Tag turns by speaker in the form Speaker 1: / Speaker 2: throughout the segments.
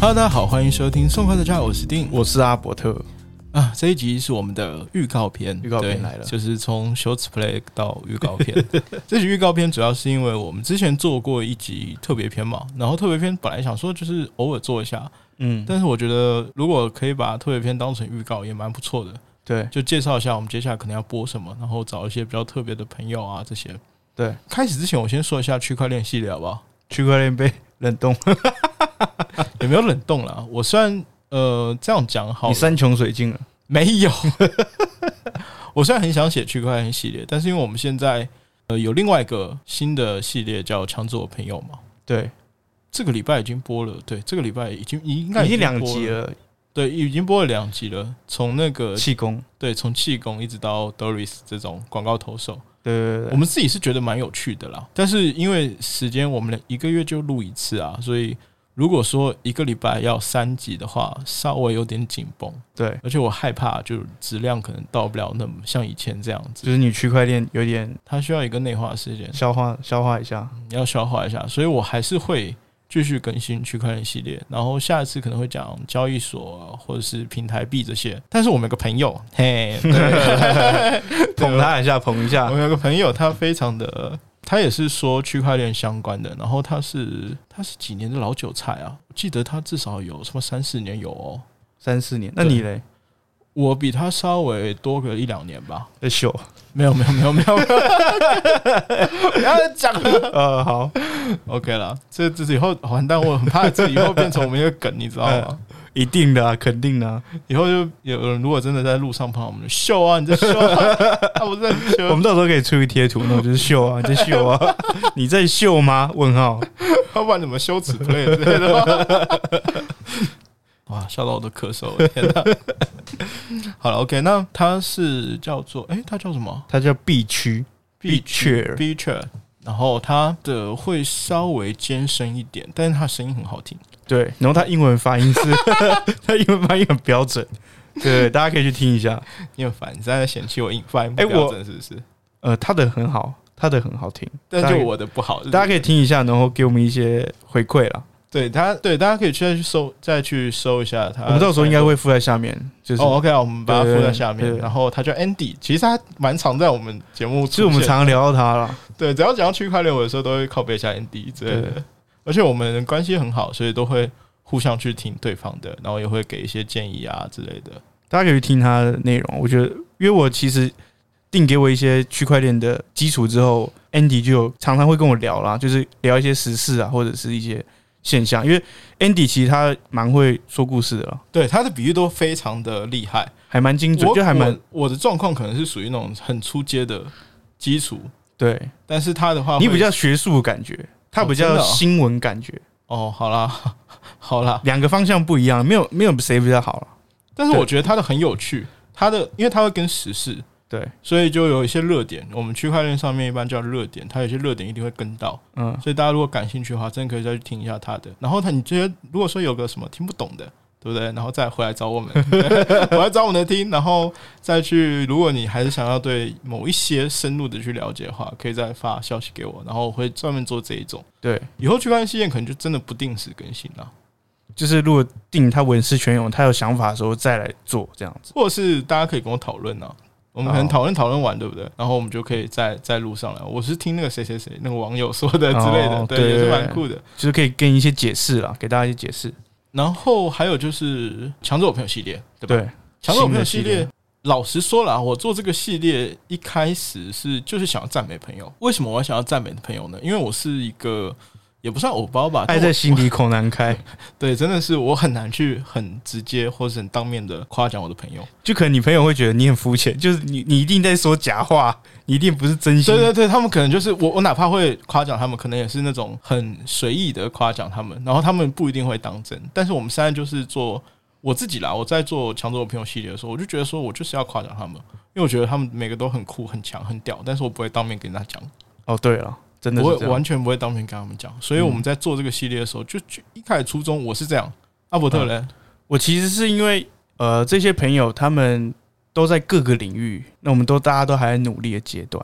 Speaker 1: Hello，大家好，欢迎收听《送客的家》，我是丁
Speaker 2: 我是阿伯特，
Speaker 1: 啊。这一集是我们的预告片，
Speaker 2: 预告片
Speaker 1: 对
Speaker 2: 来了
Speaker 1: 就是从 Shorts Play 到预告片。 这集预告片主要是因为我们之前做过一集特别篇嘛，然后特别篇本来想说就是偶尔做一下，
Speaker 2: 嗯，
Speaker 1: 但是我觉得如果可以把特别篇当成预告，也蛮不错的。
Speaker 2: 对
Speaker 1: 就介绍一下我们接下来可能要播什么，然后找一些比较特别的朋友啊这些。
Speaker 2: 对，
Speaker 1: 开始之前，我先说一下区块链系列好不好？
Speaker 2: 区块链被冷冻，
Speaker 1: 有没有冷冻啦？我虽然呃这样讲好
Speaker 2: 你
Speaker 1: 了，
Speaker 2: 山穷水尽了，
Speaker 1: 没有。 我虽然很想写区块链系列，但是因为我们现在呃有另外一个新的系列叫“强子我朋友”嘛，
Speaker 2: 对，
Speaker 1: 这个礼拜已经播了，对，这个礼拜已经应该
Speaker 2: 已经两
Speaker 1: 播
Speaker 2: 集
Speaker 1: 了，
Speaker 2: 了，
Speaker 1: 对，已经播了两集了，从那个
Speaker 2: 气功，
Speaker 1: 对从气功一直到 Doris 这种广告投手，
Speaker 2: 对对
Speaker 1: 我
Speaker 2: 对，
Speaker 1: 们自己是觉得蛮有趣的啦，但是因为时间我们一个月就录一次啊，所以如果说一个礼拜要三集的话，稍微有点紧绷，
Speaker 2: 对，
Speaker 1: 而且我害怕就是质量可能到不了那么像以前这样子，
Speaker 2: 就是你区块链有点
Speaker 1: 它需要一个内化时间，
Speaker 2: 消化消化一 下，
Speaker 1: 你要消化一下，所以我还是会继续更新区块链系列，然后下一次可能会讲交易所啊，或者是平台币这些。但是我们有个朋友，嘿，对
Speaker 2: 捧他一下，捧一
Speaker 1: 我
Speaker 2: 下，
Speaker 1: 们有个朋友，他非常的，他也是说区块链相关的，然后他是他是几年的老韭菜啊，我记得他至少有什么三四年有哦，
Speaker 2: 三四年，那
Speaker 1: 对
Speaker 2: 你嘞？
Speaker 1: 我比他稍微多个一两年吧，
Speaker 2: 在呃秀，
Speaker 1: 没有没有没有没 有，没有不要讲了
Speaker 2: 呃，好，
Speaker 1: ，OK 了，这这以后完蛋，我很怕这以后变成我们一个梗，你知道吗？
Speaker 2: 一定的啊，肯定的 啊，
Speaker 1: 以后就有人如果真的在路上碰到我们，就秀啊，你在秀啊，他不是在秀，啊
Speaker 2: 我们到时候可以出一贴图，那种就是秀 啊，你在秀啊，你在秀吗？问号，
Speaker 1: 要不然怎么羞耻 play 之类的吗？ 哇，笑到我都咳嗽了，天哪！好了，OK，那它是叫做，诶，它叫什么
Speaker 2: 它叫 B 区，
Speaker 1: b
Speaker 2: Beacher
Speaker 1: b e a c h e r 然后它的会稍微尖声一点，但是它声音很好听。
Speaker 2: 对，然后它英文发音 是，它英文发音很标准，对，大家可以去听一下。
Speaker 1: 你很烦，你现在嫌弃我音发音
Speaker 2: 诶
Speaker 1: 不标
Speaker 2: 哎我
Speaker 1: 准是不是？
Speaker 2: 呃，他的很好，他的很好听，
Speaker 1: 但
Speaker 2: 大
Speaker 1: 就
Speaker 2: 家
Speaker 1: 我的不好，是不是
Speaker 2: 大家可以听一下，然后给我们一些回馈啦。
Speaker 1: 对它对大家可以再去搜，再去搜一下它。
Speaker 2: 我们到时候应该会附在下面，就是、
Speaker 1: 哦，OK 啊，我们把它
Speaker 2: 对
Speaker 1: 附
Speaker 2: 对
Speaker 1: 在
Speaker 2: 对
Speaker 1: 下
Speaker 2: 对
Speaker 1: 面。
Speaker 2: 对
Speaker 1: 然后它叫 Andy，其实他蛮常在我们节目出
Speaker 2: 就是我们
Speaker 1: 现
Speaker 2: 常聊到他啦。
Speaker 1: 对，只要讲到区块链，我有时候都会靠背一下 ND 之类的
Speaker 2: 对。
Speaker 1: 而且我们关系很好，所以都会互相去听对方的，然后也会给一些建议啊之类的。
Speaker 2: 大家可以去听他的内容。我觉得，因为我其实定给我一些区块链的基础之后，Andy 就有常常会跟我聊啦，就是聊一些时事啊，或者是一些现象。因为 Andy 其实他蛮会说故事的啦，
Speaker 1: 对他的比喻都非常的厉害，
Speaker 2: 还蛮精准，
Speaker 1: 我
Speaker 2: 就还蛮
Speaker 1: 我我的状况可能是属于那种很出街的基础，
Speaker 2: 对
Speaker 1: 但是他的话会，
Speaker 2: 你比较学术的感觉，他
Speaker 1: 哦
Speaker 2: 比
Speaker 1: 真
Speaker 2: 较
Speaker 1: 的哦
Speaker 2: 新闻感觉，
Speaker 1: 哦，好啦， 好啦，
Speaker 2: 两个方向不一样，没有没有谁比较好了。
Speaker 1: 但是我
Speaker 2: 对
Speaker 1: 觉得他的很有趣，他的因为他会跟时事，
Speaker 2: 对，
Speaker 1: 所以就有一些热点，我们区块链上面一般叫热点，它有些热点一定会跟到，
Speaker 2: 嗯，
Speaker 1: 所以大家如果感兴趣的话，真的可以再去听一下他的。然后他，你觉得如果说有个什么听不懂的，对不对？然后再回来找我们，回来找我们的听，然后再去。如果你还是想要对某一些深入的去了解的话，可以再发消息给我，然后我会专门做这一种。
Speaker 2: 对，
Speaker 1: 以后区块链事件可能就真的不定时更新了，
Speaker 2: 就是如果定他文思泉涌，他有想法的时候再来做这样子。
Speaker 1: 或者是大家可以跟我讨论啊。我们可能
Speaker 2: 哦
Speaker 1: 讨论讨论完，对不对？然后我们就可以再再录上来。我是听那个谁谁谁那个网友说的之类的，
Speaker 2: 哦
Speaker 1: 对，
Speaker 2: 对
Speaker 1: 也是
Speaker 2: 对
Speaker 1: 蛮
Speaker 2: 对
Speaker 1: 酷的。
Speaker 2: 就是可以跟一些解释啦，给大家一些解释。
Speaker 1: 然后还有就是强者我朋友系列，对吧？
Speaker 2: 对，
Speaker 1: 强者我朋友系
Speaker 2: 新的系
Speaker 1: 列
Speaker 2: 列，
Speaker 1: 老实说了，我做这个系列一开始是就是想要赞美朋友。为什么我要想要赞美朋友呢？因为我是一个也不算偶包吧，
Speaker 2: 爱
Speaker 1: 但
Speaker 2: 在
Speaker 1: 我
Speaker 2: 心里口难开，
Speaker 1: 对，真的是我很难去很直接或是很当面的夸奖我的朋友。
Speaker 2: 就可能你朋友会觉得你很肤浅，就是你你一定在说假话，你一定不是真心
Speaker 1: 对。对对，他们可能就是我，我哪怕会夸奖他们，可能也是那种很随意的夸奖他们，然后他们不一定会当真。但是我们现在就是做我自己啦，我在做强者我朋友系列的时候，我就觉得说我就是要夸奖他们，因为我觉得他们每个都很酷、很强、很屌，但是我不会当面跟人家讲，
Speaker 2: 哦，对了，真的
Speaker 1: 我
Speaker 2: 是
Speaker 1: 会
Speaker 2: 这
Speaker 1: 我完
Speaker 2: 样。
Speaker 1: 全不会当面跟他们讲。所以我们在做这个系列的时候，就就一开始初衷我是这样。阿伯
Speaker 2: 嗯
Speaker 1: 特嘞，
Speaker 2: 我其实是因为呃，这些朋友他们都在各个领域，那我们都大家都还在努力的阶段。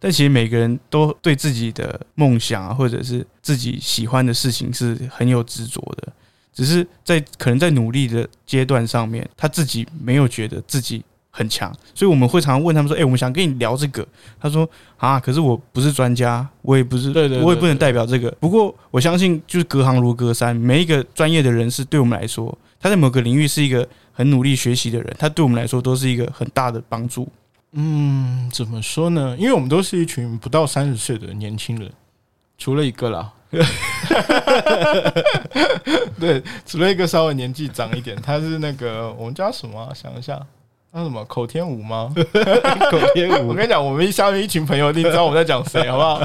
Speaker 2: 但其实每个人都对自己的梦想啊，或者是自己喜欢的事情是很有执着的。只是在可能在努力的阶段上面，他自己没有觉得自己很强，所以我们会常常问他们说：“哎、我们想跟你聊这个。”他说：“啊，可是我不是专家，我也不是，
Speaker 1: 对对对
Speaker 2: 我也不能代表这个。不过我相信，就是隔行如隔山，每一个专业的人士对我们来说，他在某个领域是一个很努力学习的人，他对我们来说都是一个很大的 帮助。
Speaker 1: 嗯，怎么说呢？因为我们都是一群不到三十岁的年轻人，除了一个啦， 对，除了一个稍微年纪长一点，他是那个我们叫他什么啊、想一下，他什么口天舞吗？
Speaker 2: 狗天
Speaker 1: 我，跟你讲，我们一下面一群朋友，你知道我在讲谁好不好？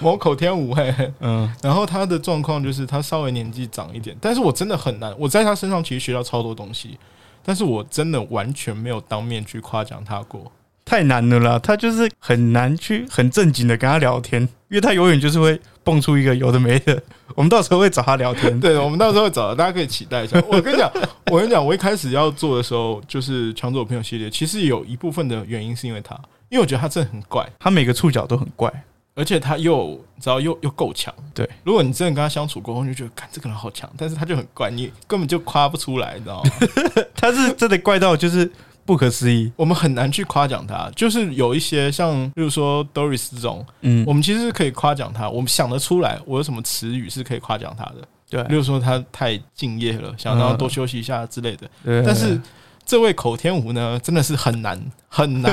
Speaker 1: 我口天舞嘿嘿。
Speaker 2: 嗯，
Speaker 1: 然后他的状况就是他稍微年纪长一点，但是我真的很难，我在他身上其实学到超多东西，但是我真的完全没有当面去夸奖他过。
Speaker 2: 太难了啦，他就是很难去很正经的跟他聊天，因为他永远就是会蹦出一个有的没的。我们到时候会找他聊 天，
Speaker 1: 对，我们到时候会找，大家可以期待一下。我跟你讲，我跟你讲，我一开始要做的时候，就是抢走我朋友系列，其实有一部分的原因是因为他，因为我觉得他真的很怪，
Speaker 2: 他每个触角都很怪，
Speaker 1: 而且他又你知道又又够强。
Speaker 2: 对，
Speaker 1: 如果你真的跟他相处过后，你就觉得，看这个人好强，但是他就很怪，你根本就夸不出来，你知道吗？
Speaker 2: 他是真的怪到就是不可思议。
Speaker 1: 我们很难去夸奖他，就是有一些像，例如说 Doris 这种，
Speaker 2: 嗯
Speaker 1: 我，们其实是可以夸奖他，我们想得出来，我有什么词语是可以夸奖他的，
Speaker 2: 对
Speaker 1: 例如说他太敬业了，想让他多休息一下之类的。
Speaker 2: 对
Speaker 1: 但是这位口天吴呢，真的是很难很 难，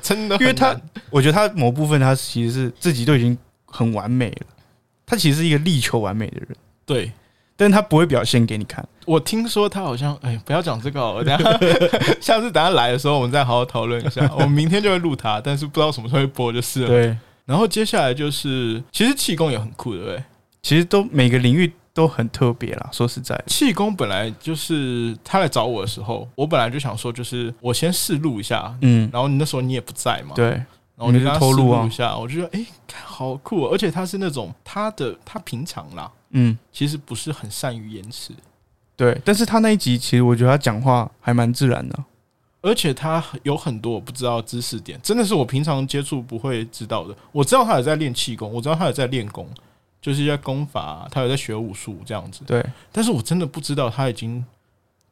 Speaker 1: 真的很难，
Speaker 2: 因为他我觉得他某部分他其实是自己都已经很完美了，他其实是一个力求完美的人，
Speaker 1: 对。
Speaker 2: 但是他不会表现给你看。
Speaker 1: 我听说他好像，哎，不要讲这个哦，我等一下 下次等他来的时候，我们再好好讨论一下。我们明天就会录他，但是不知道什么时候会播就是了。
Speaker 2: 对，
Speaker 1: 然后接下来就是，其实气功也很酷，对不对？
Speaker 2: 其实都每个领域都很特别啦。说实在的，
Speaker 1: 气功本来就是他来找我的时候，我本来就想说，就是我先试录一下，
Speaker 2: 嗯，
Speaker 1: 然后你那时候你也不在嘛，，
Speaker 2: 对，
Speaker 1: 然后我就跟
Speaker 2: 你就
Speaker 1: 他
Speaker 2: 偷
Speaker 1: 试
Speaker 2: 录啊
Speaker 1: 录一下，我就觉得哎、看好酷哦、而且他是那种他的他平常啦，
Speaker 2: 嗯。
Speaker 1: 其实不是很善于延迟，
Speaker 2: 对，但是他那一集其实我觉得他讲话还蛮自然的，
Speaker 1: 而且他有很多我不知道的知识点，真的是我平常接触不会知道的。我知道他有在练气功，我知道他有在练功，就是一些功法啊、他有在学武术这样子。
Speaker 2: 对，
Speaker 1: 但是我真的不知道他已经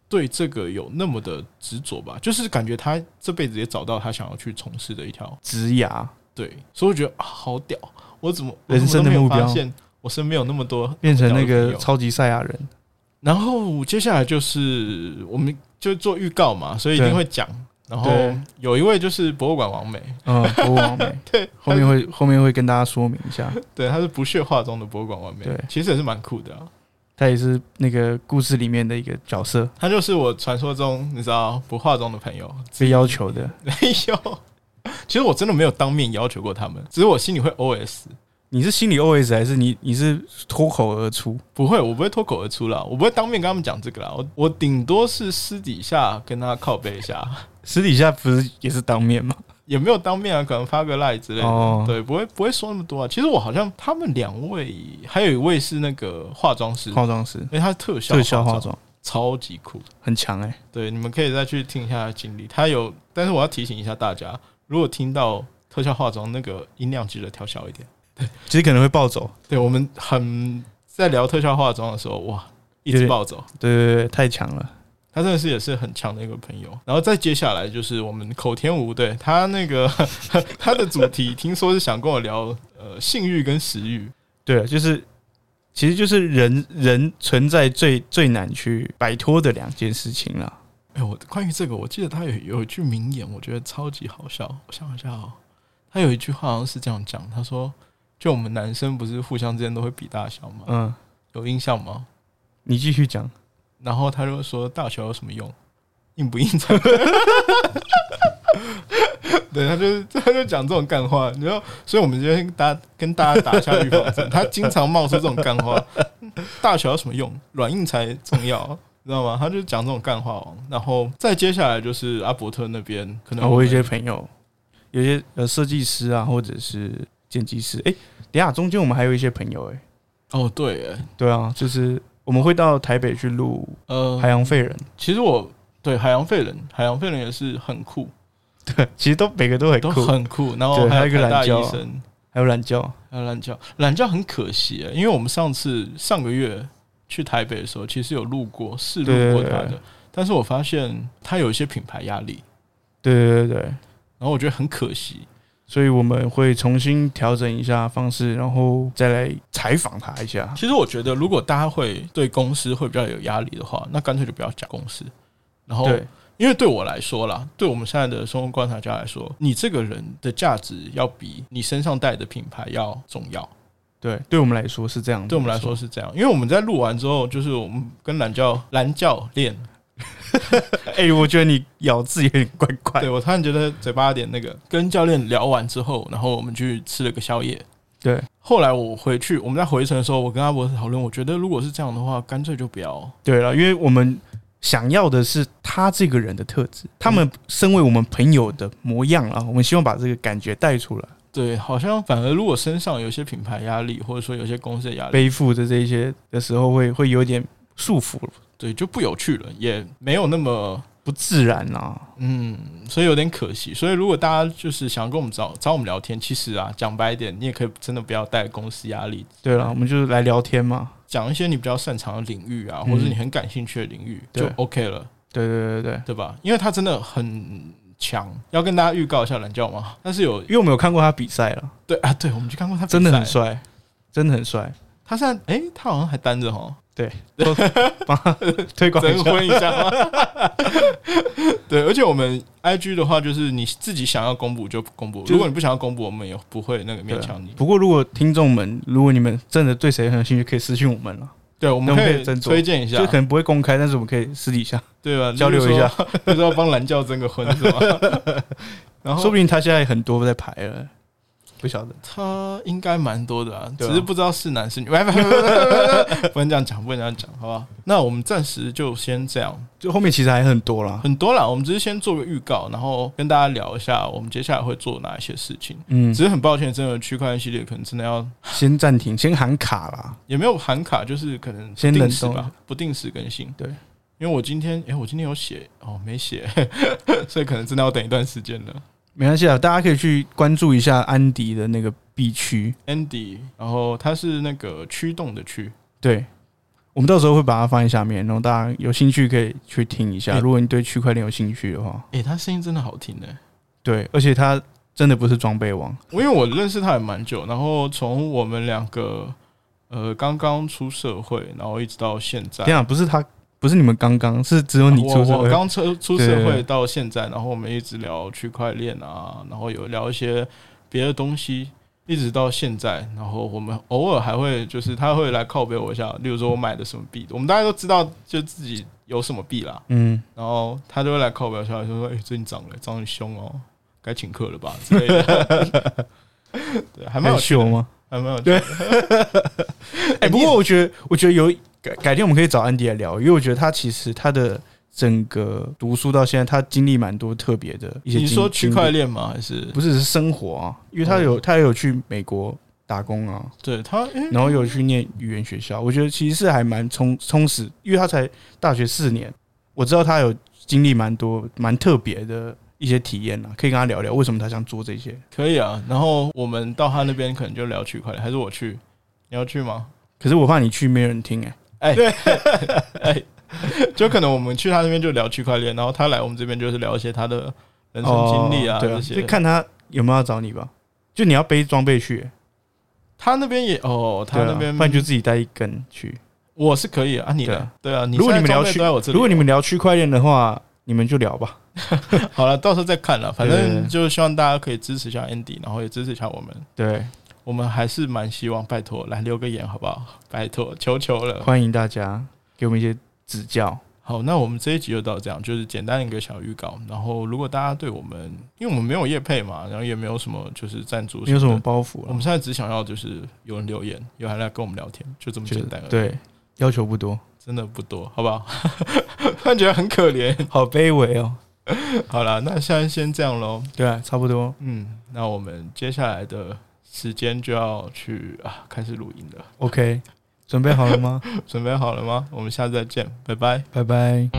Speaker 1: 对这个有那么的执着吧，就是感觉他这辈子也找到他想要去从事的一条
Speaker 2: 直牙
Speaker 1: 对，所以我觉得啊，好屌！我怎么
Speaker 2: 人生的
Speaker 1: 我怎么
Speaker 2: 目
Speaker 1: 都没
Speaker 2: 标
Speaker 1: 有发现我身边有那么多
Speaker 2: 变成
Speaker 1: 屌的
Speaker 2: 那个
Speaker 1: 朋友
Speaker 2: 超级赛亚人，
Speaker 1: 然后接下来就是我们就做预告嘛，所以一定
Speaker 2: 对
Speaker 1: 会讲。然后
Speaker 2: 对
Speaker 1: 有一位就是博物馆王美，
Speaker 2: 嗯， 国王美，
Speaker 1: 对，
Speaker 2: 后面会后面会跟大家说明一下，
Speaker 1: 对，他是不屑化妆的博物馆王美
Speaker 2: 对，
Speaker 1: 其实也是蛮酷的、啊。
Speaker 2: 他也是那个故事里面的一个角色
Speaker 1: 他就是我传说中你知道不化妆的朋友，
Speaker 2: 被要求的，
Speaker 1: 没有。 其实我真的没有当面要求过他们，只是我心里会 OS，
Speaker 2: 你是心理 OS 还是你你是脱口而出？
Speaker 1: 不会，我不会脱口而出啦，我不会当面跟他们讲这个啦，我我顶多是私底下跟他靠背一下，
Speaker 2: 私底下不是也是当面吗？
Speaker 1: 也没有当面啊，可能发个赖之类的，
Speaker 2: 哦
Speaker 1: 对，不会不会说那么多啊。其实我好像他们两位，还有一位是那个化妆师，因
Speaker 2: 化妆师
Speaker 1: 为他是特效
Speaker 2: 特效化
Speaker 1: 化，
Speaker 2: 妆
Speaker 1: 超级酷。
Speaker 2: 很强哎、
Speaker 1: 对，你们可以再去听一下他的经历，他有，但是我要提醒一下大家，如果听到特效化妆那个音量记得调小一点。
Speaker 2: 其实可能会暴走，
Speaker 1: 对我们很在聊特效化妆的时候，哇，一
Speaker 2: 有
Speaker 1: 直
Speaker 2: 点
Speaker 1: 暴走。
Speaker 2: 对对对，太强了，
Speaker 1: 他真的是也是很强的一个朋友，然后再接下来就是我们口天吴，对他那个 他的主题，听说是想跟我聊呃性欲跟食欲，
Speaker 2: 对，啊就是其实就是人人存在最最难去摆脱的两件事情啦。
Speaker 1: 哎、我关于这个，我记得他有有一句名言，我觉得超级好笑。我想一下哦，他有一句话好像是这样讲，他说：“就我们男生不是互相之间都会比大小吗？
Speaker 2: 嗯，
Speaker 1: 有印象吗
Speaker 2: 你继续讲。？”
Speaker 1: 然后他就说：“大小有什么用？硬不硬 才？”对，他就是他就讲这种干话，然后所以我们今天大家跟大家打一下预防针，他经常冒出这种干话，大小有什么用？软硬才重要啊，你知道吗？他就讲这种干话王，然后再接下来就是阿伯特那边，可能
Speaker 2: 啊，我有一
Speaker 1: 们
Speaker 2: 些朋友，有些呃设计师啊，或者是剪辑师，哎、等一下中间我们还有一些朋友、诶，
Speaker 1: 哦对耶，
Speaker 2: 对啊，就是我们会到台北去录
Speaker 1: 呃
Speaker 2: 《海，洋废人》
Speaker 1: 其实我对海洋废人，海洋废人也是很酷，
Speaker 2: 对，其实都每个都很
Speaker 1: 都
Speaker 2: 酷，
Speaker 1: 很酷，然后
Speaker 2: 对还有
Speaker 1: 有
Speaker 2: 一个
Speaker 1: 台大
Speaker 2: 懒觉
Speaker 1: 医生，
Speaker 2: 还有懒觉，
Speaker 1: 呃欸还有懒觉，懒觉很可惜耶，因为我们上次上个月去台北的时候，其实有路过试路
Speaker 2: 对
Speaker 1: 过它
Speaker 2: 对
Speaker 1: 的，但是我发现它有一些品牌压力，
Speaker 2: 对对对对，
Speaker 1: 然后我觉得很可惜。
Speaker 2: 所以我们会重新调整一下方式，然后再来采访他一下。
Speaker 1: 其实我觉得，如果大家会对公司会比较有压力的话，那干脆就不要讲公司。然后，
Speaker 2: 对
Speaker 1: 因为对我来说啦，对我们现在的生活观察家来说，你这个人的价值要比你身上带的品牌要重要。
Speaker 2: 对，对我们来说是这样子。
Speaker 1: 对我们来说是这样，因为我们在录完之后，就是我们跟蓝教蓝教练，
Speaker 2: 没错，哎、我觉得你咬字有点怪怪
Speaker 1: 对。我突然觉得嘴巴有点那个，跟教练聊完之后，然后我们去吃了个宵夜。
Speaker 2: 对，
Speaker 1: 后来我回去，我们在回程的时候，我跟阿伯讨论，我觉得如果是这样的话，干脆就不要。
Speaker 2: 对了，因为我们想要的是他这个人的特质，他们身为我们朋友的模样啊，我们希望把这个感觉带出来，
Speaker 1: 对，好像反而如果身上有些品牌压力，或者说有些公司的压力，
Speaker 2: 背负着这一些的时候会会有点束缚，
Speaker 1: 对，就不有趣了，也没有那么
Speaker 2: 不自然啊。
Speaker 1: 嗯，所以有点可惜。所以如果大家就是想跟我们找找我们聊天，其实啊，讲白一点，你也可以真的不要带公司压力，
Speaker 2: 对了，我们就是来聊天嘛。
Speaker 1: 讲一些你比较擅长的领域啊，
Speaker 2: 嗯
Speaker 1: 或者你很感兴趣的领域，
Speaker 2: 对
Speaker 1: 就 OK 了，
Speaker 2: 对对对对，
Speaker 1: 对吧？因为他真的很强，要跟大家预告一下蓝教嘛，但是有
Speaker 2: 因为我们有看过他比赛了，
Speaker 1: 对啊，对，我们去看过他比赛
Speaker 2: 真的很，帅，真的很帅。
Speaker 1: 他现在诶，他好像还单着哈，
Speaker 2: 推广一
Speaker 1: 征
Speaker 2: 下，
Speaker 1: 婚一下吗？对，而且我们 IG 的话，就是你自己想要公布就公布，
Speaker 2: 就是啊
Speaker 1: 如果你不想要公布，我们也不会那个勉强你。
Speaker 2: 不过，如果听众们，如果你们真的对谁很有兴趣，可以私信我们了，
Speaker 1: 对，我们
Speaker 2: 那我们
Speaker 1: 可
Speaker 2: 可以斟
Speaker 1: 以
Speaker 2: 酌
Speaker 1: 推荐一
Speaker 2: 就
Speaker 1: 下
Speaker 2: 可，能不会公开，但是我们可以私底下，
Speaker 1: 对吧？
Speaker 2: 交流一下，
Speaker 1: 就是要帮蓝教征个婚是 吗？然后
Speaker 2: 说不定他现在很多在排了，不晓得。
Speaker 1: 他应该蛮多的啊，
Speaker 2: 对啊
Speaker 1: 只是不知道是男是女。不 不不不不不不能这样讲，不能这样讲，好吧？那我们暂时就先这样，
Speaker 2: 就后面其实还很多啦，
Speaker 1: 很多啦，我们只是先做个预告，然后跟大家聊一下我们接下来会做哪一些事情。
Speaker 2: 嗯，
Speaker 1: 只是很抱歉，真的区块链系列可能真的要
Speaker 2: 先暂停，先喊卡啦，
Speaker 1: 也没有喊卡，就是可能
Speaker 2: 先
Speaker 1: 不定
Speaker 2: 冷
Speaker 1: 时
Speaker 2: 冻
Speaker 1: 吧，不定时更新。
Speaker 2: 对，
Speaker 1: 因为我今天，哎、我今天有写哦，没写， 所以可能真的要等一段时间了。
Speaker 2: 没关系啊，大家可以去关注一下安迪的那个 B 区，
Speaker 1: Andy，然后他是那个驱动的驱，
Speaker 2: 对。我们到时候会把它放在下面，然后大家有兴趣可以去听一下。
Speaker 1: 嗯
Speaker 2: 如果你对区块链有兴趣的话，
Speaker 1: 哎、他声音真的好听呢、
Speaker 2: 对，而且他真的不是装备王，
Speaker 1: 我因为我认识他也蛮久，然后从我们两个呃刚刚出社会，然后一直到现在，
Speaker 2: 天啊，不是他，不是你们刚刚，是只哦有你出
Speaker 1: 啊我
Speaker 2: 社
Speaker 1: 我
Speaker 2: 会。
Speaker 1: 刚出出社
Speaker 2: 对
Speaker 1: 会到现在，然后我们一直聊区块链啊，然后有聊一些别的东西，一直到现在。然后我们偶尔还会就是他会来靠背我一下，例如说我买的什么币，我们大家都知道就自己有什么币啦，
Speaker 2: 嗯，
Speaker 1: 然后他就会来靠背我一下，就说：“哎、最近涨了，涨很凶哦，该请客了吧？”之类的。 对，还蛮有
Speaker 2: 很
Speaker 1: 趣，
Speaker 2: 秀吗？
Speaker 1: 还啊蛮有趣的。
Speaker 2: 哎、不过我觉得，我觉得有改改天我们可以找安迪来聊，因为我觉得他其实他的整个读书到现在，他经历蛮多特别的一些
Speaker 1: 你
Speaker 2: 经。
Speaker 1: 说区块
Speaker 2: 经
Speaker 1: 链哦吗？还是
Speaker 2: 历不是是生活啊，因为他有、他有去美国打工啊，
Speaker 1: 对他？哎、
Speaker 2: 然后有去念语言学校，我觉得其实是还蛮充充实，因为他才大学四年，我知道他有经历蛮多蛮特别的一些体验啊，可以跟他聊聊为什么他想做这些。
Speaker 1: 可以啊，然后我们到他那边可能就聊区块链，还是我去？你要去吗？
Speaker 2: 可是我怕你去没人听哎、
Speaker 1: 哎、对，哎，就可能我们去他那边就聊区块链，然后他来我们这边就是聊一些他的人生经历啊、
Speaker 2: 哦对
Speaker 1: 这
Speaker 2: 啊，
Speaker 1: 些
Speaker 2: 就。看他有没有要找你吧。就你要背装备去、欸
Speaker 1: 他那边也哦，他
Speaker 2: 对啊
Speaker 1: 那边、
Speaker 2: 不然就自己带一根去。
Speaker 1: 我是可以啊，啊你
Speaker 2: 对
Speaker 1: 呢
Speaker 2: 啊？
Speaker 1: 对啊，你
Speaker 2: 如果你们聊
Speaker 1: 现在装备
Speaker 2: 区
Speaker 1: 都在我这里啊，
Speaker 2: 如果你们聊区块链的话，你们就聊吧。
Speaker 1: 好了，到时候再看了，反
Speaker 2: 对对
Speaker 1: 正
Speaker 2: 对
Speaker 1: 就希望大家可以支持一下 Andy，然后也支持一下我们。
Speaker 2: 对，
Speaker 1: 我们还是蛮希望，拜托来留个言好不好？拜托，求求了。
Speaker 2: 欢迎大家给我们一些指教。
Speaker 1: 好，那我们这一集就到这样，就是简单一个小预告。然后，如果大家对我们，因为我们没有业配嘛，然后也没有什么就是赞助，
Speaker 2: 你有什么？包袱
Speaker 1: 我
Speaker 2: 啊
Speaker 1: 们？现在只想要就是有人留言，有人来跟我们聊天，就这么
Speaker 2: 就
Speaker 1: 简单而已。，
Speaker 2: 对，要求 不多，
Speaker 1: 真的不多，好不好？突然觉得很可怜。
Speaker 2: 好卑微哦。
Speaker 1: 好了，那现在先这样喽。
Speaker 2: 对啊，差不多。
Speaker 1: 嗯，那我们接下来的时间就要去啊开始录音了，
Speaker 2: OK，准备好了吗？
Speaker 1: 准备好了吗？我们下次再见，拜拜。
Speaker 2: 拜拜。